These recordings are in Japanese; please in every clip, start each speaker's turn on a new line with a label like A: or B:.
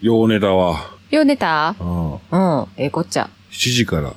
A: ようネタは。
B: よう寝た
A: うん。
B: うん。ええこっちゃ。
A: 7時から、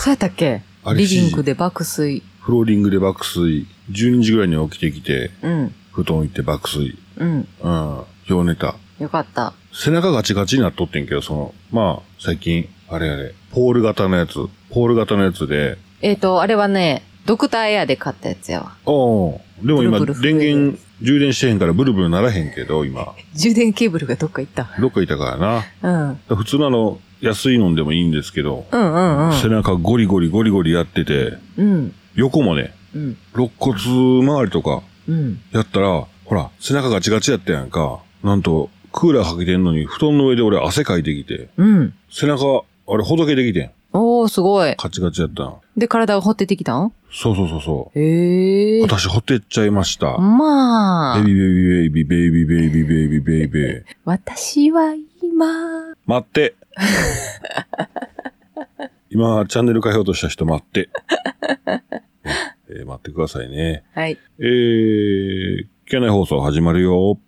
B: そうやったっけ
A: あれ
B: リビングで爆睡。
A: フローリングで爆睡。12時ぐらいに起きてきて、
B: うん。
A: 布団行って爆睡。
B: うん。
A: うん。ようネタ。
B: よかった。
A: 背中ガチガチになっとってんけど、その、まあ、最近、あれあれ、ポール型のやつ、ポール型のやつで、
B: えっ、と、あれはね、ドクターエアで買ったやつやわ。
A: ああ、でも今、
B: ブルブル震え
A: 電
B: る
A: 源充電してへんからブルブルならへんけど、今、
B: 充電ケーブルがどっか行った。
A: どっかいたからな。だか
B: うん。うん
A: ら普通のあの、安いのんでもいいんですけど、
B: うんうん。
A: 背中ゴリゴリゴリゴリやってて、
B: うん。
A: 横もね、
B: うん。
A: 肋骨周りとか、
B: うん。
A: やったら、ほら、背中ガチガチやったやんか。なんと、クーラーかけてんのに、布団の上で俺汗かいてきて、
B: うん。
A: 背中、あれほどけてきてん。
B: おー、すごい。
A: ガチガチやったん。
B: で、体を掘っててきたん
A: そうそうそうそ
B: へ
A: う。
B: え。
A: 私、ほてっちゃいました。
B: ま
A: ベイ
B: あ、
A: ビーベイビーベイビーベイビーベイビーベイビーベイビー。
B: 私は今、
A: 待って。今、チャンネル変えようとした人待って。ねえー待ってくださいね。
B: はい。
A: えー、県内放送始まるよ。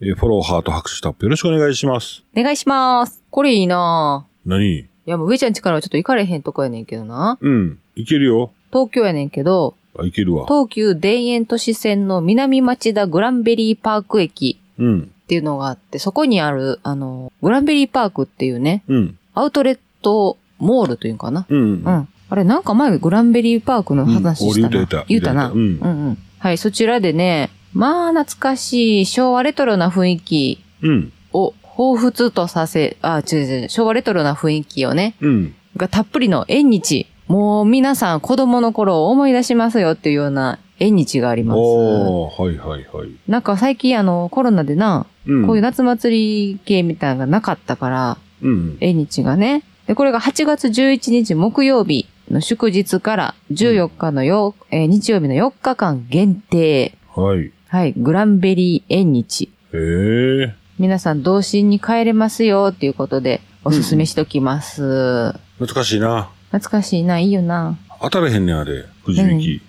A: えーフォロー、ハート、拍手、タップよろしくお願いします。
B: お願いします。これいいなぁ
A: 何
B: いや、もう上ちゃん家からはちょっと行かれへんとこやねんけどな。
A: うん、いけるよ。
B: 東京やねんけど、
A: あ、いけるわ。
B: 東急田園都市線の南町田グランベリーパーク駅
A: うん、
B: っていうのがあって、そこにある、あの、グランベリーパークっていうね、
A: うん、
B: アウトレットモールというのかな。
A: うん。
B: うん。あれ、なんか前グランベリーパークの話したな。
A: うん俺言うた言
B: 言
A: う
B: う
A: た
B: たな。
A: 言うた
B: うんうん。はい、そちらでね、まあ懐かしい昭和レトロな雰囲気
A: うん、
B: を彷彿とさせ、あ、違う違う違う、昭和レトロな雰囲気をね、
A: うん。
B: がたっぷりの縁日。もう皆さん子供の頃を思い出しますよっていうような縁日があります。
A: おー、はいはいはい。
B: なんか最近あのコロナでな、
A: うん。
B: こういう夏祭り系みたいなのがなかったから、
A: うん。
B: 縁日がね。で、これが8月11日木曜日の祝日から14日のよ、えー日曜日の4日間限定。
A: はい。
B: はい、グランベリー縁日。
A: えー、
B: 皆さん童心に帰れますよっていうことでおすすめしときます。
A: 懐かしいな。
B: 懐かしいな、いいよな。
A: 当たれへんねん、あれ。くじ引き。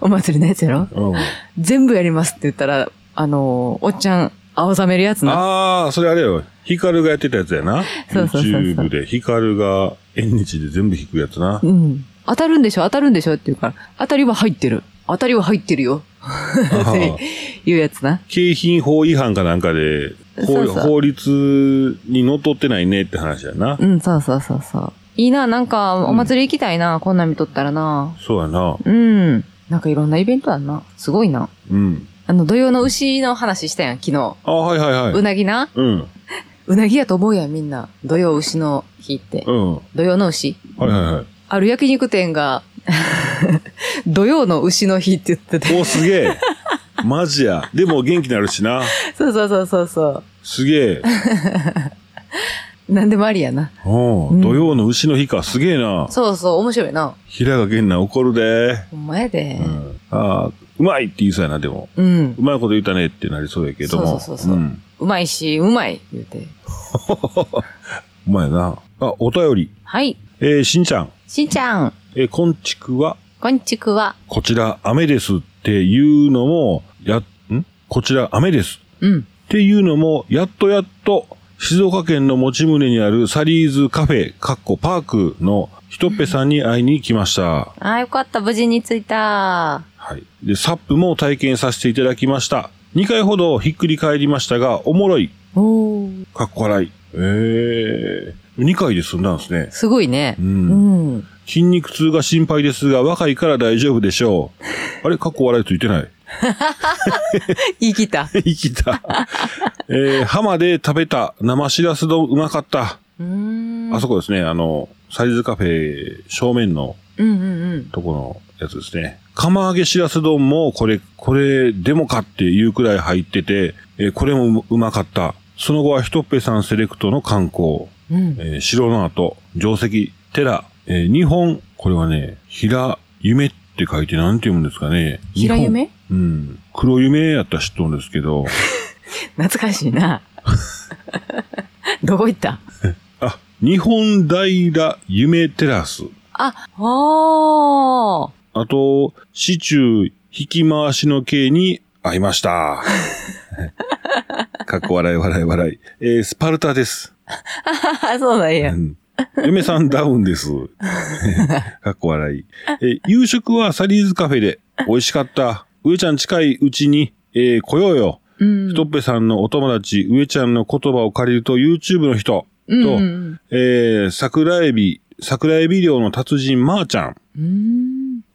B: お祭りのやつやろ
A: うん。
B: 全部やりますって言ったら、あのーおっちゃん、青ざめるやつな。
A: ああ、それあれよ。ヒカルがやってたやつやな。
B: そうそうそうそう
A: YouTube でヒカルが縁日で全部弾くやつな
B: う。ん。当たるんでしょ当たるんでしょって言うから、当たりは入ってる。当たりは入って るよ。っていうやつな。
A: 景品法違反かなんかで、
B: そ
A: 法
B: うそう
A: 法律にのっとってないねって話やな。
B: うん、そうそうそうそう。いいな、なんか、お祭り行きたいな、こんなん見とったらな。
A: そうやな。
B: うん。なんかいろんなイベントあんな。すごいな。
A: うん。
B: あの、土曜の牛の話したやん、昨日。
A: あはいはいうはい。
B: なぎな。
A: うん。
B: うなぎやと思うやん、みんな。土曜牛の日って
A: う。ん。は
B: 土曜の牛。
A: いはいはい。
B: ある焼肉店が、 土曜の牛の日って言って て。
A: おすげえ。マジや。でも元気になるしな。
B: そうそうそうそうそ
A: すげえ。
B: う。なんでもありやな。
A: お
B: うん
A: 土曜の牛の日か。すげえな。
B: そうそう、面白いな。
A: 平賀源内怒るで。
B: ほんまやで
A: う。ん。ああ、うまいって言いそうやな、でも。
B: うん。
A: うまいこと言ったねってなりそうやけども。
B: そうそうそうそうんうまいし、うまい。言うて。
A: お前な。あ、お便り。
B: はい。
A: えー、しんちゃん。
B: しんちゃん、
A: えー、こんちくは、
B: こんちくわ。
A: こちら雨ですっていうのも、や、んこちら雨です
B: うん。
A: っていうのも、やっとやっと、静岡県の持宗にあるサリーズカフェ、かっこパークのひとっぺさんに会いに来ました。
B: ああ、よかった。無事に着いた。
A: はい。で、サップも体験させていただきました。2回ほどひっくり返りましたが、おもろい。
B: おー。
A: かっこ笑い。ええ2回で済んだんですね。
B: すごいね
A: う。。
B: うんん。
A: 筋肉痛が心配ですが、若いから大丈夫でしょ う。あれ、かっこ笑いついて ない。
B: 言い切った。
A: 生きた。えー、浜で食べた生しらす丼うまかった。
B: うーん。
A: あそこですね、あの、サイズカフェ正面の
B: うんうん
A: とこのやつですね。釜揚げしらす丼もこれ、これでもかっていうくらい入ってて、えーこれもうまかった。その後はひとっぺさんセレクトの観光。
B: うん。うん。
A: えー城の跡、定石、寺、えー日本、これはね、平夢って書いてなんて読むんですかね。
B: 平
A: 日
B: 夢
A: 本うん。黒夢やったら知っとるんですけど、
B: 懐かしい な。どこ行った
A: あ、日本平夢テラス。
B: あ、おー。
A: あ と、市中引き回しの刑に会いました。かっこ笑い笑い笑い。えー、スパルタです。
B: そうなんや
A: う。ん嫁さんダウン です。かっこ笑い。え、夕食はサリーズカフェで美味しかった。上ちゃん近いうちに、えー来ようよ。
B: うん。
A: 太っぺさんのお友達、上ちゃんの言葉を借りると YouTube の人
B: うん
A: と、
B: うん
A: えー桜エビ、桜エビ漁の達人、まー、ちゃん。
B: うん。うん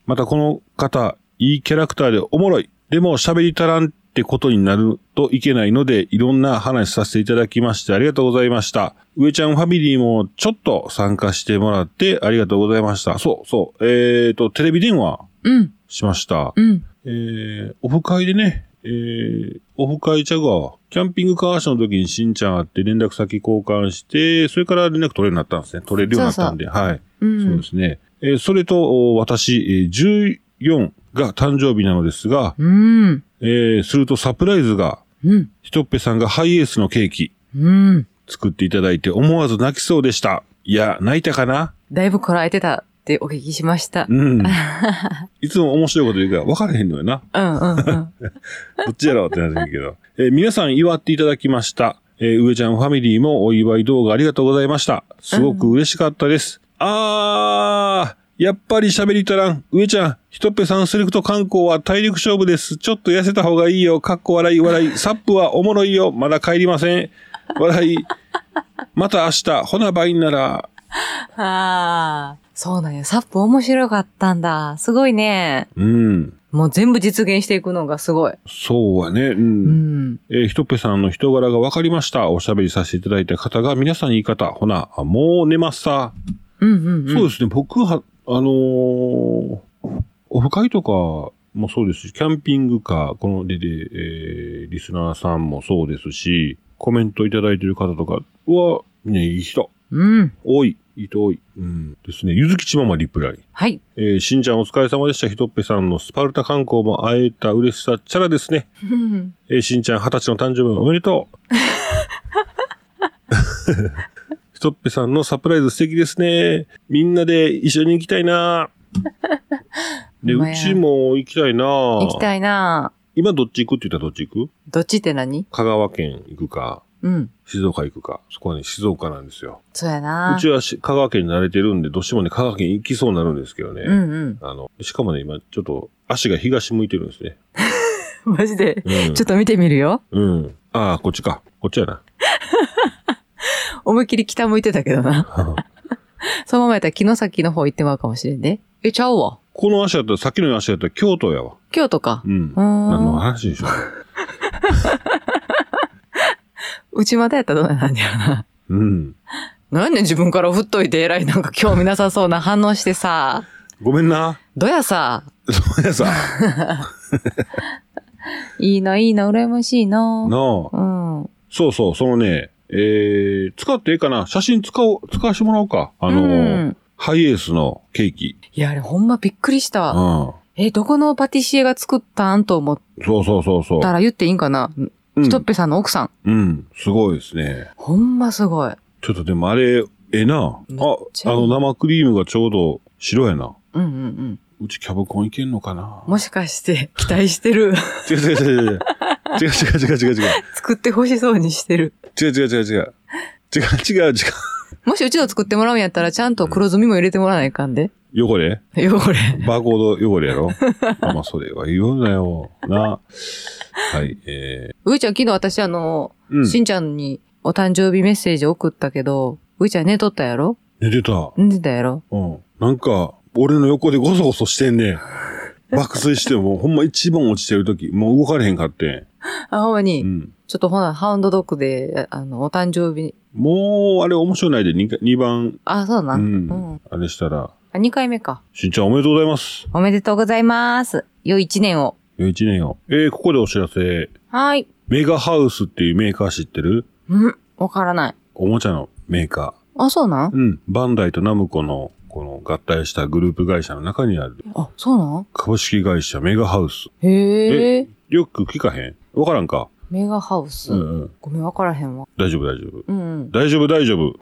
A: またこの方、いいキャラクターでおもろい。でも喋り足らんってことになるといけないので、いろんな話させていただきましてありがとうございました。上ちゃんファミリーもちょっと参加してもらってありがとうございました。そうそう。えー、と、テレビ電話
B: うん。
A: しました。
B: うん。
A: えー、オフ会でね、えー、オフ会ちゃうわ。キャンピングカーションの時にしんちゃん会って連絡先交換して、それから連絡取れるようになったんですね。取れるようになったんで、はい。
B: うん。
A: そうですね。えーそれと、お私、えー14が誕生日なのですが、
B: うん。
A: えーするとサプライズが、
B: うん。
A: ひとっぺさんがハイエースのケーキ
B: うん。
A: 作っていただいて思わず泣きそうでした。いや、泣いたかな
B: だいぶこらえてたってお聞きしました。
A: うん。いつも面白いこと言うから分からへんのよな。
B: うんうん うん。
A: どっちやろうってなるけど。えー皆さん祝っていただきました。えー上ちゃんファミリーもお祝い動画ありがとうございました。すごく嬉しかったです。あー、やっぱり喋り足らん。上ちゃん、ひとっぺさんセレクト観光は体力勝負です。ちょっと痩せた方がいいよ。かっこ笑い笑い。サップはおもろいよ。まだ帰りません。笑い。また明日、ほなばいんなら。
B: ああ。そうなんや。サップ面白かったんだ。すごいね。
A: うん。
B: もう全部実現していくのがすごい。
A: そうはね。う。
B: うんん。
A: えーひとっぺさんの人柄が分かりました。おしゃべりさせていただいた方が、皆さん言い方、ほな、あもう寝ますさ。
B: うんうんうん。
A: そうですね、僕は、あのーオフ会とかもそうですし、キャンピングカー、このでで、えーリスナーさんもそうですし、コメントいただいてる方とかは、ね、いい人、
B: うん。
A: 多い、いい人多い、うん、ですね、ゆずきちママリプライ。
B: はい。
A: えーしんちゃんお疲れ様でした。ひとっぺさんのスパルタ観光も会えた嬉しさ、チャラですね。
B: うん
A: えーしんちゃん二十歳の誕生日おめでとう。 ひとっぺさんのサプライズ素敵ですね。みんなで一緒に行きたいな。 で、
B: ほんま
A: う
B: や
A: ちも行きたいな。
B: 行きたいな
A: 今どっち行くって言ったらどっち行く
B: ぁどっちって何
A: 香川県行くか、
B: うん。
A: 静岡行くか。そこはね、静岡なんですよ。
B: そうや
A: う
B: な
A: ちはし香川県に慣れてるんで、どうしてもね、香川県行きそうになるんですけどね。
B: うんうん。
A: あの、しかもね、今ちょっと足が東向いてるんですね。
B: マジで。
A: うん。
B: ちょっと見てみるよ。
A: うん。ああ、こっちか。こっちやな。
B: 思いっきり北向いてたけどな。 そのままやったら木の先の方行ってまうかもしれんで。え、ちゃうわ。
A: この足だったら、さっきの足だったら京都やわ。
B: 京都か
A: う。ん。
B: う
A: 何の
B: ん。
A: 話でしょ
B: 内股やったらどうなんやろな。
A: う。うん。
B: なんで自分から振っといて偉いなんか興味なさそうな反応してさ。
A: ごめんな。
B: どやさ。
A: そうやさ。
B: いいな、いいな、羨ましいな。
A: なあ。
B: うん。
A: そうそう、そのね、えー、使っていいかな写真使おう、使わしてもらおうか。あのー、
B: うん
A: ハイエースのケーキ。
B: いや、あれほんまびっくり
A: う
B: し
A: ん
B: た。。え、どこのパティシエが作ったんと思っ
A: そうそうそうそう。
B: たら言っていいんかな
A: うん
B: ひとっぺさんの奥さん。
A: うん。すごいですね。
B: ほんますごい。
A: ちょっとでもあれ、ええな。
B: めっ
A: あ、
B: ち
A: あ
B: ゃい
A: の
B: い
A: 生クリームがちょうど白やな。
B: うんうんうん。
A: うちキャブコンいけんのかな
B: もしかして、期待し てる。
A: 違う違う違う違う。違う違う違う違う違う。
B: 作ってほしそうにしてる。
A: 違う違う違う違う。違う違う違う。
B: もしうちの作ってもらうんやったら、ちゃんと黒ずみも入れてもらわないかんで。
A: 汚れ
B: よ、これ。
A: バーコード汚れやろ あまあ、それは言うなよ。な。はい、えー。
B: ういちゃん、昨日私あの、
A: うん。
B: しんちゃんにお誕生日メッセージ送ったけど、ういちゃん寝とったやろ
A: 寝てた。
B: 寝てたやろ
A: うん。なんか、俺の横でゴソゴソしてんねん。爆睡しても、ほんま一番落ちてる時、もう動かれへんかって。
B: あ、ほんま
A: う
B: に、
A: ん。
B: ちょっとほな、ハウンドドッグで、あの、お誕生日、
A: もう、あれ面白いないで 2, 二番、
B: あ、そうだな。
A: う
B: うん。
A: ん。あれしたら、
B: あ、2回目か。
A: しんちゃんおめでとうございます。
B: おめでとうございます。良い一年を。
A: よ一年よ。えー、ここでお知らせ。
B: はーい。
A: メガハウスっていうメーカー知ってる
B: うん。わからない。
A: おもちゃのメーカー。
B: あ、そうなん
A: うん。バンダイとナムコの、この合体したグループ会社の中にある、
B: あ、そうなん
A: 株式会社メガハウス。
B: へえ。
A: よく聞かへんわからんか
B: メガハウス。
A: うんうん。
B: ごめん、わからへんわ。
A: 大丈夫大丈夫。
B: うんうん。
A: 大丈夫大丈 夫。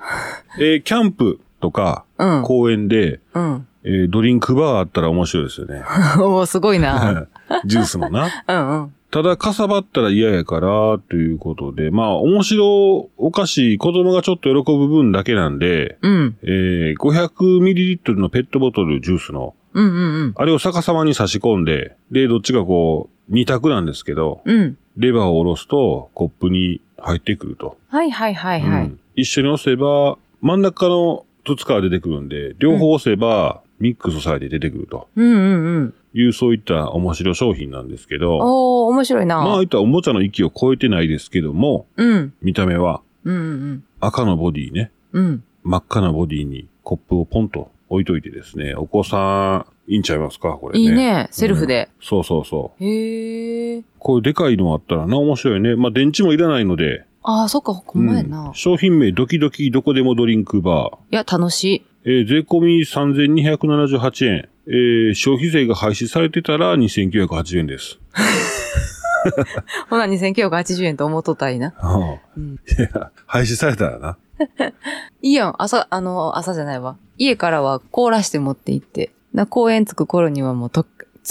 A: えーキャンプとか、
B: うん。
A: 公園で、
B: うん。
A: えードリンクバーあったら面白いですよね。
B: おーすごいな。
A: ジュースもな。
B: うんうん。
A: ただ、かさばったら嫌やから、ということで、まあ、面白おかしい、子供がちょっと喜ぶ分だけなんで、
B: うん。
A: えー、500ml のペットボトルジュースの、
B: うんうん
A: あれを逆さまに差し込んで、で、どっちがこう、二択なんですけど、
B: うん。うん。
A: レバーを下ろすと、コップに入ってくると。
B: はいはいはいは
A: う
B: い。
A: ん一緒に押せば、真ん中のつつから出てくるんで、両方押せば、ミックスされて出てくると
B: うんうんうん。
A: いう、そういった面白商品なんですけど、
B: おー、面白いな。
A: まあ、いったらおもちゃの域を超えてないですけども、
B: うん。
A: 見た目は
B: うんうん
A: 赤のボディね、
B: うん。うん。
A: 真っ赤なボディにコップをポンと置いといてですね、お子さん、いいんちゃいますかこれね。
B: いいね。セルフで。
A: そうそうそう。
B: へえ。
A: こういうでかいのあったらな、面白いね。まあ、電池もいらないので。
B: ああ、そっか、ほんまや
A: う。
B: なん
A: 商品名、ドキドキどこでもドリンクバー。
B: いや、楽しい。
A: えー税込み3278円。えー消費税が廃止されてたら2980円です。
B: ほな、2980円と思っとったらいいな。
A: はあ
B: うん
A: いや、廃止されたらな。
B: いいやん、朝、あの、朝じゃないわ。家からは凍らして持って行って。な公園着く頃にはもうとっ、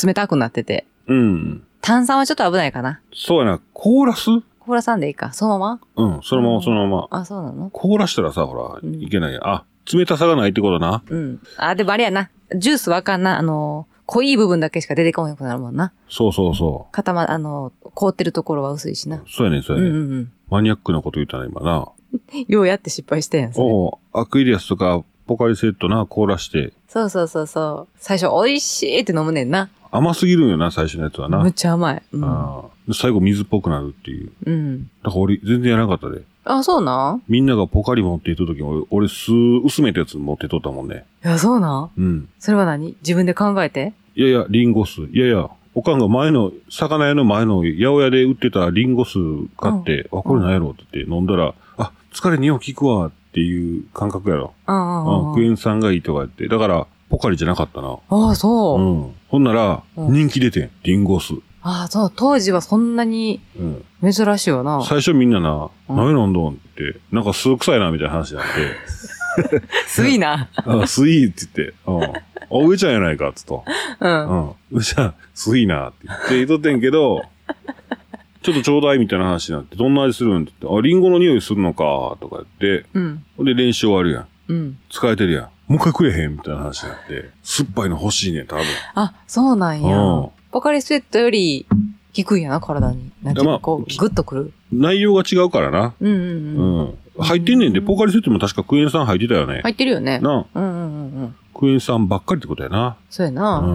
B: 冷たくなってて。
A: うん。
B: 炭酸はちょっと危ないかな。
A: そうやな。凍らすう
B: 凍らさんでいいか。そのま
A: ん、そのままそのまま。
B: まあ、そうなの
A: 凍らしたらさ、ほら、
B: うん
A: いけないやん。あ、冷たさがないってことな。
B: うん。あ、でもあれやな。ジュースわかんな。あの、濃い部分だけしか出てこなくなるもんな。
A: そうそうそ
B: 固ま、あの、凍ってるところは薄いしな
A: う。。そうやねん、そううんや
B: う
A: ねん。
B: んうん。
A: マニアックなこと言ったな、今な。
B: ようやって失敗したやん、それ。
A: おおうアクイリアスとかポカリセットな、凍らして。
B: そうそうそうそう。最初、美味しいって飲むねんな。
A: 甘すぎるんよな、最初のやつはな。
B: むっちゃ甘い。うん。
A: あーで最後水っぽくなるっていう。
B: うん。
A: だから俺、全然やらなかったで。
B: あ、そうなん
A: みんながポカリ持っていった時俺、俺、す、薄めたやつ持ってとったもんね。
B: いや、そうなん
A: うん。
B: それは何自分で考えて
A: いやいや、リンゴ酢。いやいや、おかんが前の、魚屋の前の八百屋で売ってたリンゴ酢買って、あ、これなんやろって言って飲んだら、あ、疲れによう効くわっていう感覚やろ。
B: うん
A: う
B: う
A: んん、
B: う
A: ク
B: ん。
A: エン酸がいいとか言って。だから、ポカリじゃなかったな。
B: ああ、そうう。
A: ん。ほんなら、
B: うん
A: 人気出てん。リンゴ酢。
B: ああ、そう。当時はそんなに
A: うん。
B: 珍しいよな。
A: 最初みんなな、
B: うん
A: 何飲んどんって、なんか酢臭いなみたいな話になって、
B: すいな。
A: あ、酢いいって言って、うん。あ、上ちゃんやないか、つと。
B: う。
A: うんん。うちは、すごいなって言って言っとってんけど、ちょっとちょうだいみたいな話になって、どんな味するんって言って、あ、リンゴの匂いするのか、とか言って、
B: うん。
A: ほんで練習終わるやん。
B: うん。
A: 疲れてるやん。もう一回くれへんみたいな話になって、酸っぱいの欲しいねん、多分。
B: あ、そうなん
A: うん
B: や。ポカリスエットより低いんやな、体に。なんていう
A: まあ
B: か、こう、グッとくる。
A: 内容が違うからな。
B: うんう
A: う
B: んうん。
A: ん。入ってんねんで、ポカリセットも確かクエン酸入ってたよね。
B: 入ってるよね。
A: なあ
B: うんうんうんうん。
A: クエン酸ばっかりってことやな。
B: そうやな。
A: う
B: う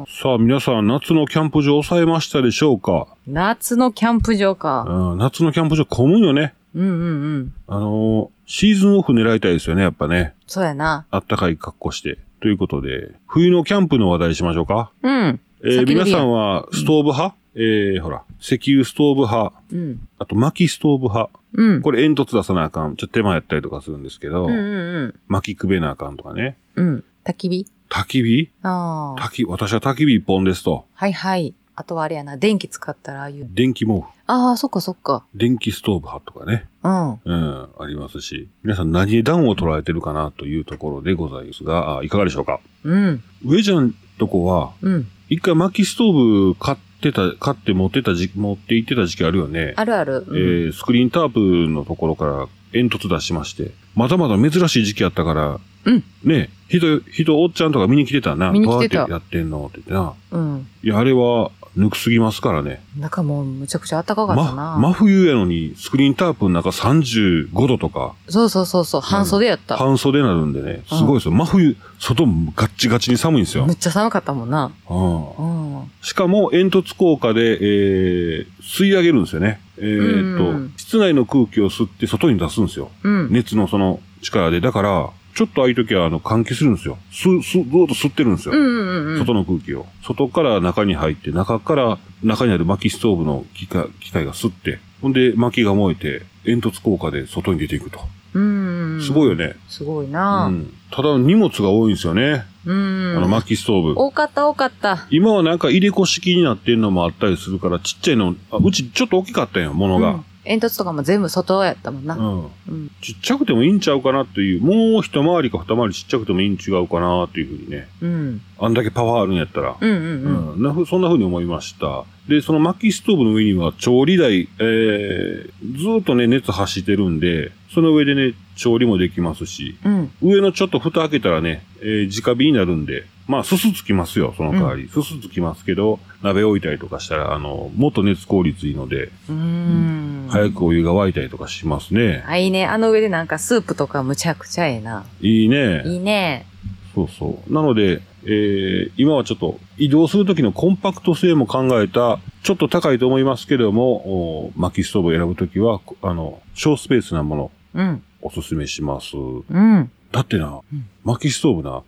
B: ん。
A: さあ皆さん、夏のキャンプ場抑えましたでしょうか、
B: 夏のキャンプ場か。
A: うん、夏のキャンプ場混むよね。
B: うんうんうん。
A: あのーシーズンオフ狙いたいですよね、やっぱね。
B: そうやな。
A: あったかい格好して。ということで、冬のキャンプの話題しましょうか。
B: うん。
A: えー
B: 先取りや
A: 皆さんはストーブ派、えー、ほら、石油ストーブ派、
B: うん。
A: あと薪ストーブ派。
B: うん。
A: これ煙突出さなあかん。ちょっと手間やったりとかするんですけど、
B: うんうん
A: 薪くべなあかんとかね。
B: うん。うん。焚き火
A: 焚き火
B: ああ。
A: 焚き、私は焚き火一本ですと。
B: はいはい。あとはあれやな、電気使ったらああいう。
A: 電気毛布、
B: ああ、そっかそっか。
A: 電気ストーブ派とかね。
B: うん。
A: うん、ありますし。皆さん何で暖を捉えてるかなというところでございますが、あいかがでしょうか
B: うん。
A: 上ちゃんとこは、
B: うん。
A: 一回薪ストーブ買ってた、買って持ってた時期、持って行ってた時期あるよね。
B: あるある。
A: え
B: うん
A: ースクリーンタープのところから煙突出しまして、まだまだ珍しい時期あったから、
B: うん
A: ね、人、人、おっちゃんとか見に来てたな。
B: 見に来てた
A: どうやってやってんのって言ってな。
B: うん。
A: いや、あれは、ぬくすぎますからね。
B: 中もうむちゃくちゃ暖かかっ
A: ま、
B: たな。
A: 真冬やのに、スクリーンタープの中35度とか、
B: そうそうそうそう、半袖やった。
A: 半袖になるんでね、すごいですよ。真冬、外ガッチガチに寒いんですよ
B: む。っちゃ寒かったもんな。
A: うん
B: うん。
A: しかも煙突効果で、えー吸い上げるんですよね。えーっと、
B: うんうん
A: 室内の空気を吸って外に出すんですよ。
B: うん。
A: 熱のその力で。だから、ちょっとああいう時はあの換気するんですよ。吸、吸、ずっと吸ってるんですよ。
B: うんうんうん。
A: 外の空気を。外から中に入って、中から中にある薪ストーブの機械機械が吸って、ほんで薪が燃えて、煙突効果で外に出ていくと。
B: うん。
A: すごい
B: い。
A: よね。
B: すごいうな。
A: ん。ただ荷物が多いんですよね。
B: う
A: あの
B: ん。
A: 薪ストーブ。
B: 多かった多かった。
A: 今はなんか入れ子式になってんのもあったりするから、ちっちゃいの、あうちちょっと大きかったんよ、ものが。
B: 煙突とかも全部外やったもんな。
A: うん。
B: うん。
A: ちっちゃくてもいいんちゃうかなという、もう一回りか二回りちっちゃくてもいいん違うかなというふうにね。
B: うん。
A: あんだけパワーあるんやったら。
B: うんうんうん。
A: うんなふそんな風に思いました。で、その薪ストーブの上には調理台、えー、ずーっとね、熱発してるんで、その上でね、調理もできますし、
B: うん。
A: 上のちょっと蓋開けたらね、えー直火になるんで、まあ、すすつきますよ、その代わり。すすつきますけど、鍋置いたりとかしたら、あの、もっと熱効率いいので、
B: うん。
A: 早くお湯が沸いたりとかしますね。
B: あ、いいね。あの上でなんかスープとかむちゃくちゃええな。
A: いいね。
B: いいね。
A: そうそう。なので、えー今はちょっと移動するときのコンパクト性も考えた、ちょっと高いと思いますけれども、お薪ストーブを選ぶときは、こあの、小スペースなもの、
B: うん。
A: おすすめします。
B: うん。
A: だってな
B: うん、
A: 薪ストーブな、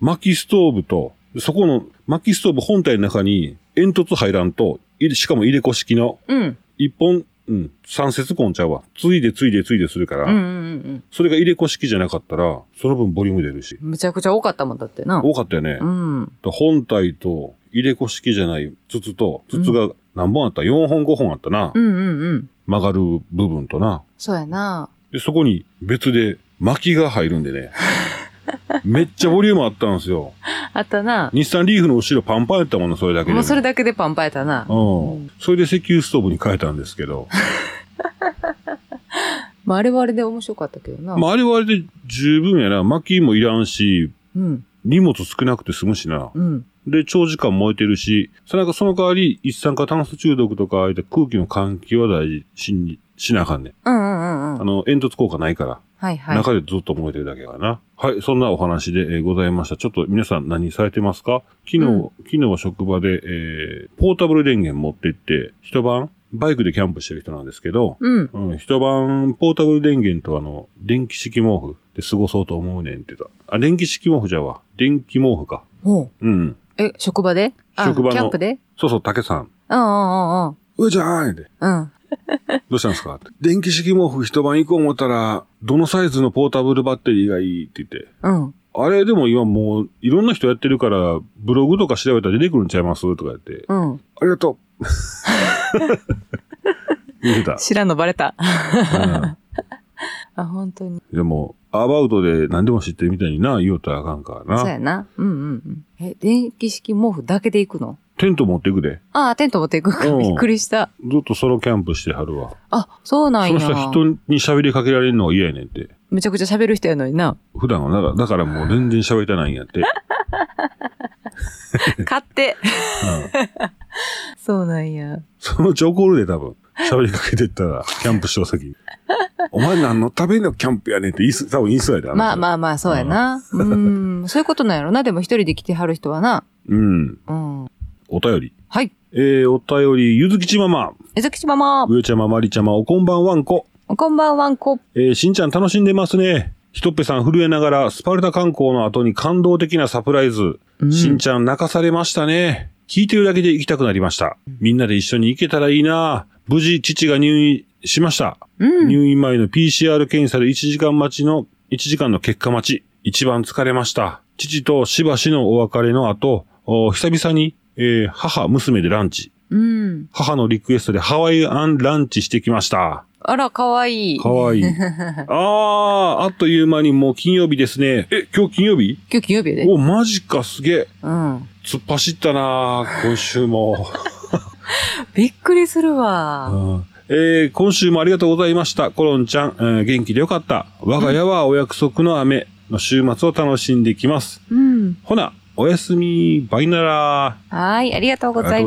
A: 薪ストーブと、そこの薪ストーブ本体の中に煙突入らんと、いしかも入れ子式の、
B: うん。
A: 一本、うん、三節コンちゃうわ。ついでついでついでするから、
B: うんうんうん
A: それが入れ子式じゃなかったら、その分ボリューム出るし。
B: うん。むちゃくちゃ多かったもんだってな。
A: 多かったよね。
B: うん。
A: 本体と入れ子式じゃない筒と、筒が何本あった、?4 本5本あったな
B: う。んうんうん。
A: 曲がる部分とな。
B: そうやな。
A: で、そこに別で巻きが入るんで ね。めっちゃボリュームあったんですよ。
B: あったな。
A: 日産リーフの後ろパンパンやったもの、それだけで、
B: もうそれだけでパンパンやったな。
A: う
B: うん
A: ん。それで石油ストーブに変えたんですけど。
B: まあ、あれはあれで面白かったけどな。
A: まあ、あれはあれで十分やな。薪もいらんし、
B: うん。
A: 荷物少なくて済むしな。
B: うん。
A: で、長時間燃えてるし、そのその代わり一酸化炭素中毒とか、ああいった空気の換気は大事にしなあかんね。
B: うんうんうんう
A: あ
B: ん。
A: の、煙突効果ないから、
B: はいはい。
A: 中でずっと燃えてるだけかな。はい、そんなお話で、えーございました。ちょっと皆さん何されてますか昨日、
B: うん
A: 昨日職場で、えーポータブル電源持ってって、一晩、バイクでキャンプしてる人なんですけど、
B: うん。
A: うん、一晩、ポータブル電源とあの、電気式毛布で過ごそうと思うねんって言った。あ、電気式毛布じゃわ。電気毛布か。
B: おう
A: うん。
B: え、職場であ
A: 職場の
B: キャンプで
A: そうそう、竹さん。
B: うんうんうん
A: うえじゃーいって。
B: うん。うん。
A: どうしたんですかって 電気式毛布一晩行こう思ったら、どのサイズのポータブルバッテリーがいいって言って。
B: うん。
A: あれでも今もういろんな人やってるから、ブログとか調べたら出てくるんちゃいますとか言って。
B: うん。
A: ありがとう。 言ってた。
B: 知らんのバレた。
A: うん
B: あ、本当に。
A: でも、アバウトで何でも知ってるみたいにな、言おうたらあかんから
B: そう
A: な。
B: やな。うんうんうん。え、電気式毛布だけで行くの
A: テント持ってくで。
B: ああ、テント持って行
A: う
B: く。
A: ん
B: びっくりした。
A: ずっとソロキャンプしてはるわ。
B: あ、そうなん
A: そう
B: や。
A: したら人に喋りかけられるのが嫌やねんって。
B: めちゃくちゃ喋る人やのに な。
A: 普段はな、だからもう全然喋りたないんや って。
B: 買って。
A: うん
B: そうなんや。
A: そのうち怒るで、多分。喋りかけてったら、キャンプしよう先。 お前何のためのキャンプやねんって言いす、多分言いそうやで、
B: まあま
A: あ。
B: あまあ、そうやな。うん。そういうことなんやろな。でも一人で来てはる人はな。
A: うん。
B: うん。
A: お便り。
B: はい。
A: えー、お便り、ゆずきちママ、
B: えずきちママ。
A: うえちゃま、まりちゃま、おこんばんわんこ。
B: こんばんはんこ。
A: えー、しんちゃん楽しんでますね。ひとっぺさん震えながら、スパルタ観光の後に感動的なサプライズ。
B: うん
A: しんちゃん泣かされましたね。聞いてるだけで行きたくなりました。みんなで一緒に行けたらいいな無事、父が入院しました。
B: うん。
A: 入院前の PCR 検査で1時間待ちの、1時間の結果待ち、一番疲れました。父としばしのお別れの後、お久々に、えー母、娘でランチ。
B: うん。
A: 母のリクエストでハワイアンランチしてきました。
B: あら、かわいい。
A: かわ いい。ああ、あっという間にもう金曜日ですね。え、今日金曜日
B: 今日金曜日やで。
A: お、マジか、すげえ。
B: うん。
A: 突っ走ったな今週も。
B: びっくりするわ。
A: うんえー今週もありがとうございました。コロンちゃん、えー元気でよかった。我が家はお約束の雨の週末を楽しんできます。
B: うん。
A: ほな、おやすみ、バイナラ
B: はい、ありがとうござい
A: あ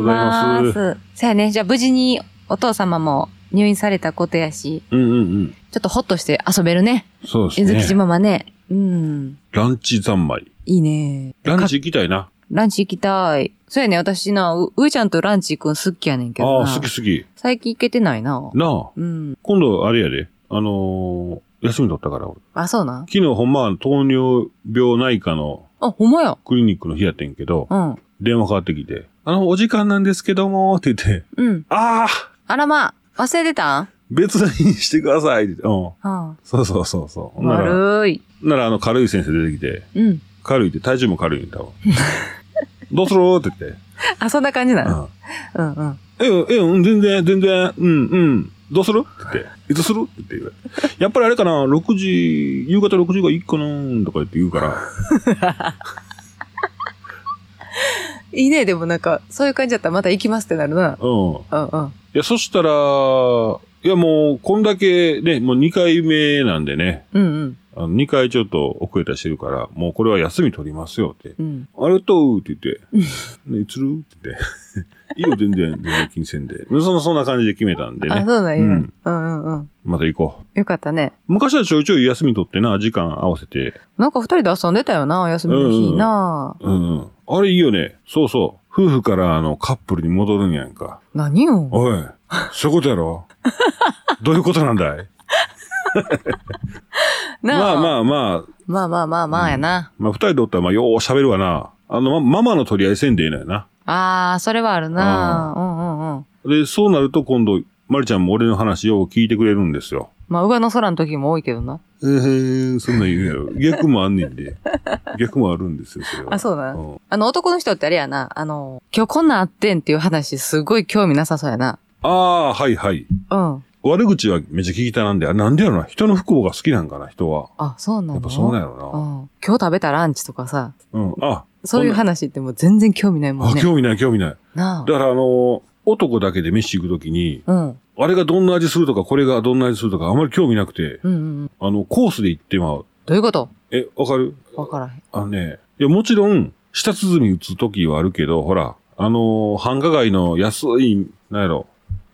A: りが
B: ま
A: とうござ
B: す。さやね、じゃあ無事にお父様も入院されたことやし、
A: うんうんうん。
B: ちょっとホッとして遊べるね。
A: そう
B: えず
A: で
B: き
A: す
B: ち
A: ね。
B: ママね。うん。
A: ランチ三昧。
B: いいね。
A: ラン
B: か
A: チ行きたいな。
B: ランチ行きたい。そうやね、私な、う、うーちゃんとランチ行くん好きやねんけ
A: あ
B: ど
A: あ
B: な。
A: ー、好き好き。
B: 最近行けてないな。
A: なあ、
B: うん。
A: 今度あれやで。あのー休み取ったから俺。
B: あ、そうなん。
A: 昨日ほんまは糖尿病内科の
B: あ、ほんまや。
A: クリニックの日やってんけど、
B: うん。
A: 電話かかってきて、あの、お時間なんですけども、って言って、
B: うん。
A: ああ
B: あらま、忘れてたん
A: 別にしてくださいって言って、うん。
B: うん。
A: そうそうそうそう。ほんなら、
B: 悪い。
A: ならあの軽い先生出てきて、
B: うん。
A: 軽いって体重も軽いんだわ。 どうするって言って。
B: あ、そんな感じなの
A: うん
B: うんうん。
A: ええ、ええ、うん全然、全然、うん、うん。どうするって言って、えどうするって言う。やっぱりあれかな、6時、夕方6時がいいかなとか言って言うから、
B: いいね、でもなんか、そういう感じだったらまた行きますってなるな。
A: うん。
B: うんうん。
A: いや、そしたら、いやもう、こんだけね、もう2回目なんでね、
B: うんうん。
A: あの2回ちょっと遅れたりしてるから、もうこれは休み取りますよって。
B: うん。
A: ありがとうって言って、ね、いつるって言って、いいよ、全然、全然金銭で。 そのそんな感じで決めたんで
B: あ、
A: ね、
B: そうなんや。う
A: うんん
B: うんうん。
A: また行こう。
B: よかったね。
A: 昔はちょいちょい休み取ってな、時間合わせて。
B: なんか二人で遊んでたよな、お休みの日な。
A: うんうん。あれいいよね。そうそう。夫婦からあのカップルに戻るんやんか。
B: 何よ。
A: おい、そういうことや ろどういうことなんだいま
B: な
A: あまあまあ、
B: まあまあまあまあやな。
A: まあ、二人でおったら、まあ、よう喋るわな。あの、ま、ママの取り合いせんでええのよな。
B: ああ、それはあるな。うんうんうん。
A: で、そうなると今度、まるちゃんも俺の話よう聞いてくれるんですよ。
B: まあ、上の空の時も多いけどな。
A: えー、そんなん言うやろ。逆もあんねん で。逆もあるんですよ、それは。
B: あ、そうだな。
A: うん。
B: あの、男の人ってあれやな。あの、今日こんなんあってんっていう話、すごい興味なさそうやな。
A: ああ、はいはい。
B: うん。
A: 悪口はめっちゃ聞きたなんで、あなんでやろな。人の不幸が好きなんかな、人は。
B: あ、そうなの
A: やっぱそうなんや
B: う
A: ろ
B: ん。今日食べたランチとかさ、
A: な。うん。あ、
B: そういう話ってもう全然興味ないも
A: あ
B: ん、ね。
A: 興味ない、興味ない。
B: な
A: だから、あのー男だけで飯行くときに、
B: あ。うん。
A: あれがどんな味するとか、これがどんな味するとか、あんまり興味なくて、
B: うんうんうん。
A: あの、コースで行ってまう。
B: どういうこと
A: え、わかる
B: わからへん。
A: あのね、いや、もちろん、舌鼓打つときはあるけど、ほら、あのー繁華街の安い、なんやろ、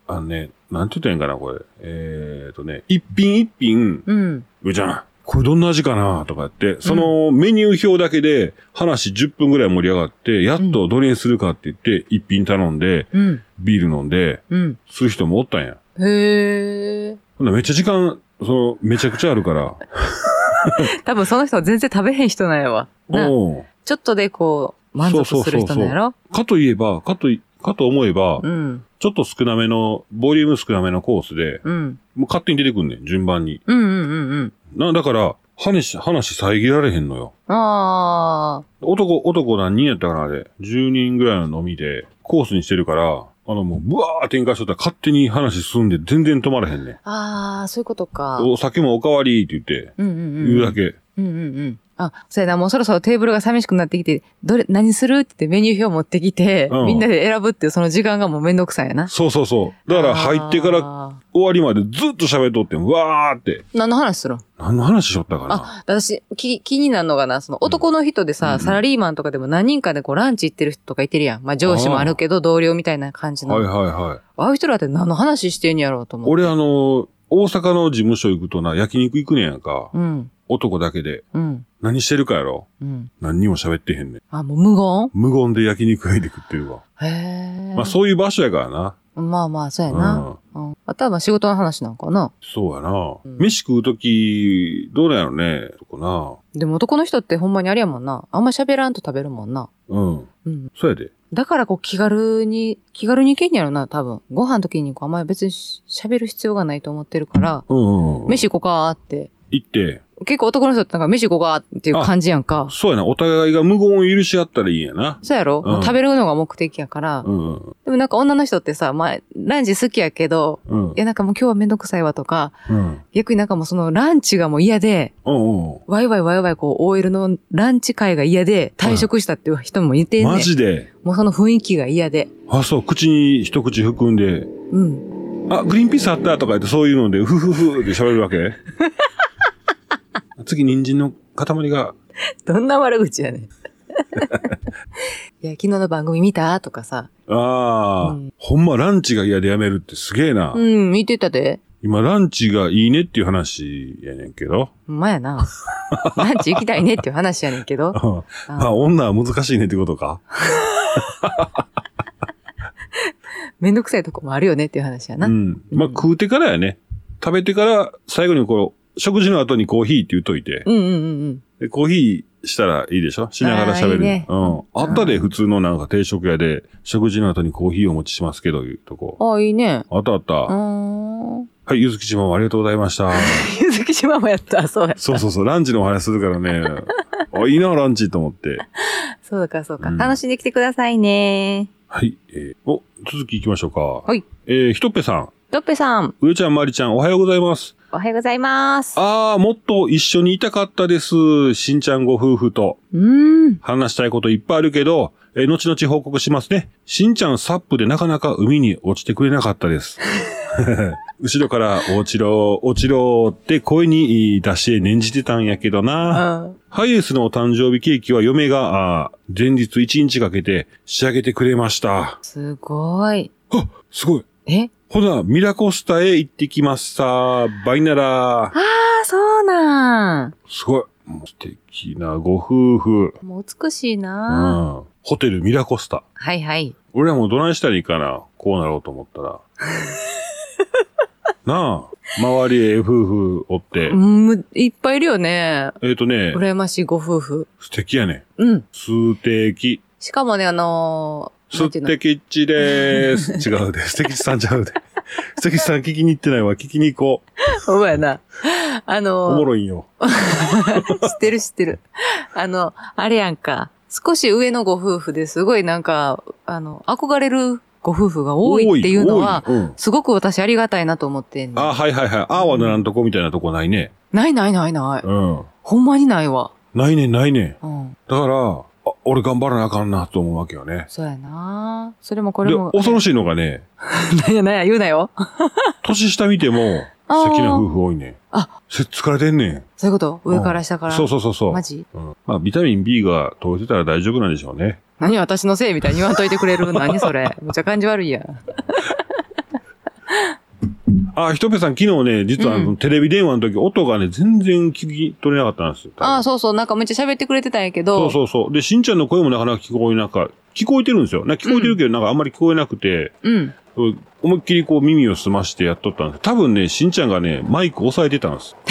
A: あのね、なんて言ったらいいんかな、これ。えーとね、一品一品、
B: うん。
A: うじゃん、これどんな味かな、とか言って、そのメニュー表だけで話10分ぐらい盛り上がって、やっとどれにするかって言って、一品頼んで、
B: うん。
A: ビール飲んで、
B: うん。
A: する人もおったんや。
B: へえ。
A: ほんならめっちゃ時間、その、めちゃくちゃあるから。
B: 多分その人は全然食べへん人なんやわ。な
A: おう
B: ちょっとでこう、満足する人なんやろ
A: かといえば、かとい、かと思えば、
B: うん。
A: ちょっと少なめの、ボリューム少なめのコースで、
B: うん。
A: もう勝手に出てくんねん、順番に。
B: うんうんうん
A: な、だから、話、話遮られへんのよ。
B: うん。あ
A: 男、男何人やったかな、あれ。10人ぐらいの飲みで、コースにしてるから、あの、もう、ブワー展開しとったら勝手に話進んで全然止まらへんねん。
B: あ。ああ、そういうことか。
A: お酒もおかわりって言って、
B: うんうんうん。
A: 言うだけ。
B: うんうんうん。あ、そうやな、もうそろそろテーブルが寂しくなってきて、どれ、何するって言ってメニュー表持ってきて、
A: うん
B: みんなで選ぶっていうその時間がもうめんどくさいやな。
A: そうそうそう。だから入ってから
B: ら。
A: 終わりまでずっと喋っとってん、わーって。
B: 何の話するん
A: 何の話しとったかな。
B: あ、私、気、気になるのがな、その男の人でさ、
A: うん
B: サラリーマンとかでも何人かでこうランチ行ってる人とかいてるやん。まあ上司もあるけど、同僚みたいな感じの。
A: はいはいはい。
B: ああいう人らって何の話してんやろうと思う。
A: 俺あの、大阪の事務所行くとな、焼肉行くねんやんか。
B: うん、
A: 男だけで。
B: うん、
A: 何してるかやろ
B: うん。
A: 何にも喋ってへんねん。
B: あ、もう無言
A: 無言で焼肉焼いて食ってるわ。
B: へえ。
A: まあそういう場所やからな。
B: まあまあ、そうや
A: う
B: な。
A: ん。
B: うん。あとはまあ仕事の話なんかな。
A: そうやな。
B: うん
A: 飯食うとき、どうなんやろね。そこな。
B: でも男の人ってほんまにあれやもんな。あんま喋らんと食べるもんな。
A: うん。
B: うん。
A: そうやで。
B: だからこう気軽に、気軽に行けんやろな、多分。ご飯の時にこうあんまり別にし喋る必要がないと思ってるから、
A: うんうんうん。
B: 飯行こうかーって。
A: 行って。
B: 結構男の人ってなんか飯行こうかーっていう感じやんか。
A: そうやな。お互いが無言を許し合ったらいいんやな。
B: そうやろ、
A: うん
B: もう食べるのが目的やから。
A: うんうん。
B: でもなんか女の人ってさ、まあ、ランチ好きやけど、
A: うん
B: い。やなんかもう今日はめんどくさいわとか、
A: うん。
B: 逆になんかもうそのランチがもう嫌で、
A: うんうん。
B: ワイワイワイワイこう OL のランチ会が嫌で退職したっていう人もいてんねん。
A: マジで。
B: もうその雰囲気が嫌で。
A: あ、そう、口に一口含んで、
B: うん。
A: あ、グリーンピースあったとか言って、そういうので、ふふふって喋るわ け次、人参の塊が、
B: どんな悪 口やねん。いや、昨日の番組見たとかさ。
A: ああ、
B: うん
A: ほんまランチが嫌でやめるってすげえな。
B: うん、見てたで。
A: 今、ランチがいいねっていう話やねんけど。
B: ほんまやな。ランチ行きたいねっていう話やねん けど。
A: あ、
B: あ
A: 女は難しいねってことか。
B: めんどくさいとこもあるよねっていう話やな。
A: うん。まあ、食うてからやね。食べてから、最後にこう、食事の後にコーヒーって言っといて、
B: うんうんうんうん。
A: でコーヒーしたらいいでしょしながら喋る。
B: あーいいね
A: うん。あったで、普通のなんか定食屋で、食事の後にコーヒーお持ちしますけど、いうとこ。
B: ああ、いいね。
A: あったあった。
B: うーん。
A: はい、ゆずきちまもありがとうございま した。
B: ゆずきしママやった。そうや。
A: そうそうそう、ランチのお話するから ね。あ、いいな、ランチと思って。
B: そうだか、そうか。
A: うん
B: 楽しんできてくださいね。
A: はい、えーお、続き行きましょうか。
B: はい。
A: えー、ひとっぺさん。
B: ドッペさん、
A: 上ちゃん、まりちゃん、おはようございます。
B: おはようございます。
A: ああ、もっと一緒にいたかったです。しんちゃんご夫婦と。
B: うーん。
A: 話したいこといっぱいあるけど、えー後々報告しますね。しんちゃんサップでなかなか海に落ちてくれなかったです。 後ろから落ちろ、落ちろって声に出し念じてたんやけどな。
B: あ
A: ハイエースのお誕生日ケーキは嫁が、あー前日1日かけて仕上げてくれました。
B: すごい。
A: あ、すごい。
B: え
A: ほな、ミラコスタへ行ってきますさ。バイナラ
B: あ。あ、そうなん。
A: すごい。もう素敵なご夫婦。
B: もう美しいうな、
A: ん。ホテルミラコスタ。
B: はいはい。
A: 俺らもどないしたらいいかなこうなろうと思った ら。なあ、周りへ夫婦おって
B: う。ん、いっぱいいるよね。
A: えっ、とね、
B: 羨ましいご夫婦。
A: 素敵やね。
B: うん。
A: 素敵。
B: しかもね、あのー、な
A: 素
B: んていうの
A: 敵っちでー す。違うで。素敵っちさんちゃうで。素敵っちさん聞きに行ってないわ。聞きに行こ
B: ほんまやな。あ
A: う。おも
B: の
A: ろいんよ。
B: ー、知ってる知ってる。あの、あれやんか。少し上のご夫婦ですごいなんか、あの、憧れるご夫婦が多いっていうのは、
A: 多いうん
B: すごく私ありがたいなと思ってんねん
A: あ、はいはいはい。ああはならんとこみたいなとこないね。
B: ないないないない。
A: うん。
B: ほんまにないわ。
A: ないねんないねん。
B: うん。
A: だから、あ俺頑張らなあかんなと思うわけよね。
B: そうやなそれもこ
A: で
B: れも、。
A: 恐ろしいのがね、
B: なんやなんや、言うなよ。
A: 年下見ても、
B: あー
A: 素敵な夫婦多いね。
B: あ、
A: せっつかれてんねん。
B: そういうこと上から下から。
A: そうそうそうそう。
B: マジ
A: うんまあ、ビタミン B が取れてたら大丈夫なんでしょうね。
B: 何私のせいみたいに言わんといてくれる何 それ。めっちゃ感じ悪いやん。
A: あ、ひとぺさん、昨日ね、実はあの、
B: うん
A: テレビ電話の時、音がね、全然聞き取れなかったんですよ。
B: ああ、
A: そ
B: そうそう。なんかめっちゃ喋ってくれてたんやけど。
A: そうそうそう。で、しんちゃんの声もなかなか聞こえなか聞こえてるんですよ。な聞こえてるけど、なんかあんまり聞こえなくて、
B: うん。
A: そう思いっきりこう耳を澄ましてやっとったんです。多分ね、しんちゃんがね、マイク押さえてたんです。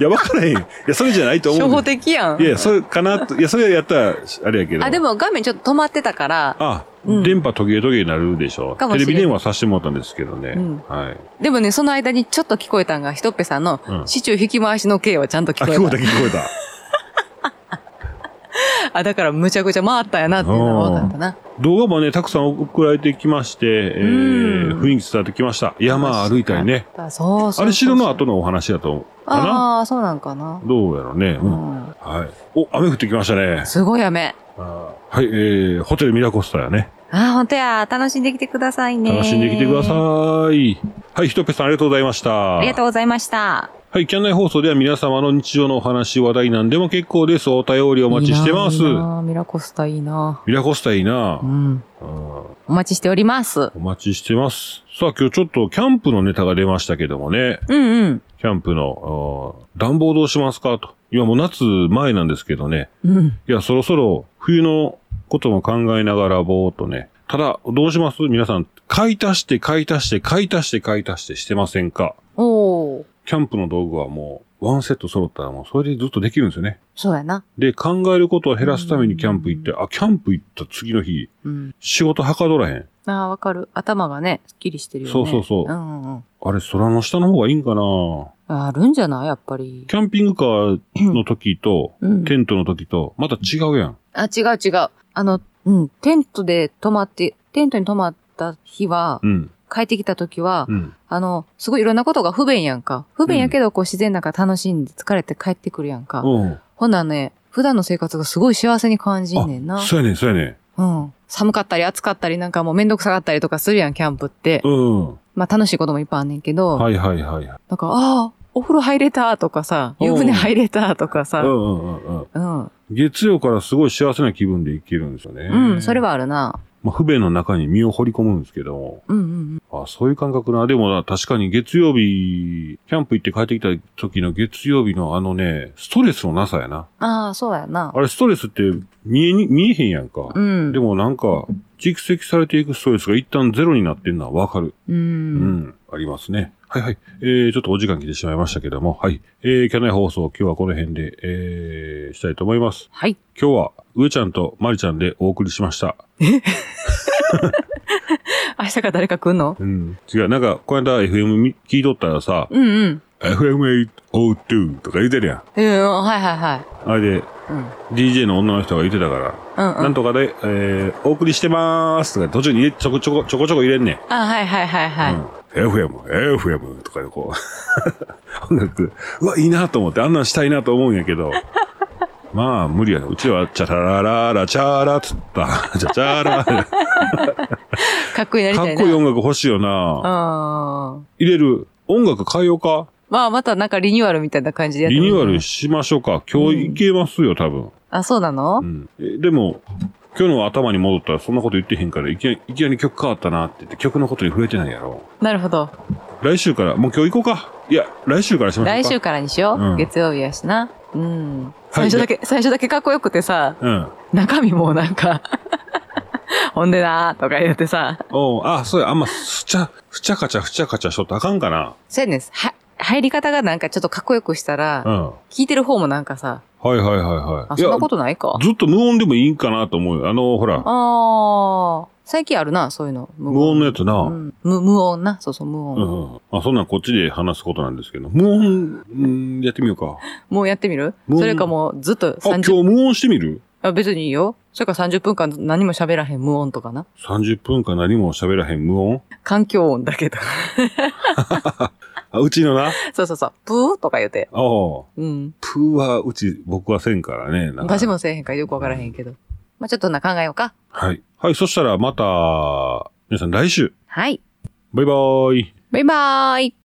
A: いや、わからへん。いや、それじゃないと思
B: 初
A: う。
B: 歩的やん。
A: いやいや、それかなと。いや、それやったら、あれやけど。
B: あ、でも画面ちょっと止まってたから、
A: あ、
B: うん
A: 電波途切れ途切れになるでしょ
B: か
A: う。
B: もし
A: テ
B: れ
A: レ
B: ん
A: ビ電話させてもらったんですけどね。
B: うん
A: はい。
B: でもね、その間にちょっと聞こえたんが、ひとっぺさんの、
A: うん
B: シチュー引き回しの刑はちゃんと聞
A: あ、
B: こえ
A: 聞こえた
B: た。
A: 聞こえた。
B: あ、だからむちゃくちゃ回ったんやなっていうのが分かったな。
A: 動画もね、たくさん送られてきまして、えー
B: うん
A: 雰囲気伝わってきました。山歩いたりね。
B: あそうそうそう
A: あれ、城の後のお話だと思う。かな
B: ああ、そうなんかな。
A: どうやろうね、う。
B: うんん。
A: はい。お、雨降ってきましたね。
B: すごい雨。
A: あーはい、えー、ホテルミラコスタやね。
B: ああ、ほんとや。楽しんできてくださいね。
A: 楽しんできてくだ
B: い。
A: さい。はい、ひとぺさんありがとうございました。
B: ありがとうございました。
A: はい、キャンナイ放送では皆様の日常のお話、話題なんでも結構です。お便りお
B: お
A: 待ちしてます。
B: ミラコスタいいな。
A: ミラコスタいいな
B: う、ん。
A: うん
B: お待ちしております。
A: お待ちしてます。さあ今日ちょっとキャンプのネタが出ましたけどもね。
B: うんうん。
A: キャンプの、あー暖房どうしますかと。今もう夏前なんですけどね。
B: うん。
A: いや、そろそろ冬のことも考えながらぼーっとね。ただ、どうします皆さん、買い足して買い足して買い足して買い足してしてませんか
B: おー。
A: キャンプの道具はもう、ワンセット揃ったらもうそれでずっとできるんですよね。
B: そうやな。
A: で、考えることを減らすためにキャンプ行って、あ、キャンプ行った次の日、
B: うん。
A: 仕事はかどらへん。
B: ああ、わかる。頭がね、すっきりしてるよね。
A: そうそうそう
B: うんうんうん。
A: あれ、空の下の方がいいんかな
B: あるんじゃないやっぱり。
A: キャンピングカーの時と、
B: うん
A: テントの時と、また違うやん。
B: あ、違う違う。あの、うん、テントで泊まって、テントに泊まった日は
A: う、ん。
B: 帰ってきた時は、
A: うん。
B: あの、すごいいろんなことが不便やんか。不便やけど、こう自然なんか楽しんで疲れて帰ってくるやんか。
A: うん。
B: ほんならね、普段の生活がすごい幸せに感じんねんな
A: あ、。そうやねん、そうやねん。
B: うん。寒かったり暑かったりなんかもうめんどくさかったりとかするやん、キャンプって。
A: うん。
B: まあ楽しいこともいっぱいあんねんけど、
A: はいはいはいはい。
B: なんか、ああ、お風呂入れたとかさ、湯船入れたとか
A: う
B: さ、
A: んうんうんうん。
B: うん。
A: 月曜からすごい幸せな気分でいけるんですよね。
B: うん、それ。はあるな。
A: まあ、不便の中に身を掘り込むんですけども。
B: うんうん
A: あ、そういう感覚な。でもな、確かに月曜日、キャンプ行って帰ってきた時の月曜日のあのね、ストレスのなさやな。
B: うん。ああ、そうやな。
A: あれ、ストレスって見えに、見えへんやんか。
B: うん。
A: でもなんか、蓄積されていくストレスが一旦ゼロになってるのはわかる。
B: う。
A: うんん、ありますね。はいはい。えー、ちょっとお時間来てしまいましたけども、はい。えー、キャナイ放送、今日はこの辺で、えー、したいと思います。
B: はい。
A: 今日は、上ちゃんとまりちゃんでお送りしました。
B: 明日から誰か来んの
A: うん。違う、なんか、この間 FM み聞いとったらさ、
B: うんうん。
A: FM802 とか言うてるやん。
B: うん、はいはいはい。
A: あれで、
B: うん。
A: DJ の女の人が言ってたから、
B: うんうん。
A: なんとかで、えー、お送りしてまーすとか、途中に入れちょこちょこ、ちょこちょこ入れんねん。
B: あ、はいはいはいはい。
A: うん FM、FM とかでこう、 音楽、うわ、いいなと思って、あんなんしたいなと思うんやけど、 まあ、無理やね。うちは、チャララララ、チャラっつった。チャチャラ。か
B: かっこいいなりたい
A: っ
B: な。
A: こいい音楽欲しいよな。
B: うん。
A: 入れる。音楽変えようか。
B: まあ、またなんかリニューアルみたいな感じでやって
A: リ
B: もい
A: ニ
B: い
A: ューアルしましょうか。今日いけますよ、多分。
B: あ、そうなの、
A: うん。えでも、今日の頭に戻ったらそんなこと言ってへんから、いきなりいきなり曲変わったなって言って、曲のことに触れてないやろ。
B: なるほど。
A: 来週から、もう今日行こうか。いや、来週からしましょうか。
B: 来週からにしよう。
A: うん
B: 月曜日やしな。うん。最初だけ、最初だけかっこよくてさ、
A: うん。
B: 中身もなんか、 ほんでなーとか言ってさ、
A: おうあ、そうや、あんま、ふちゃ、ふちゃかちゃ、ふちゃかちゃしとったらあかんかな。
B: そうやねん。は、入り方がなんかちょっとかっこよくしたら、
A: うん。
B: 聞いてる方もなんかさ、
A: はいはいはいはい。
B: あ、
A: い
B: そん
A: や
B: な、ことないか。
A: ずっと無音でもいいんかなと思うよ。あの、ほら、
B: ああ、最近あるな、そういうの。無
A: 無音のやつな。
B: う
A: うん
B: ん無無音な、そうそう、無音。
A: うん。まあ、そんなんこっちで話すことなんですけど。無音、うん、やってみようか。
B: もうやってみる
A: 無音
B: それかもうずっと
A: あ、今
B: 30
A: 日無音してみる
B: あ、別にいいよ。それか30分間何も喋らへん無音とかな。
A: ?30 分間何も喋らへん無音
B: 環境音だけとか。
A: あ、うちのな。
B: そうそうそう。ブーとか言うて。
A: おう
B: うん。
A: プーはうち、僕はせんからね。なんか
B: 昔。もせえへんからよくわからへんけど。まあちょっとな考えようか。
A: はい。はい、そしたらまた、皆さん来週。
B: はい。
A: バイバーイ。
B: バイバーイ。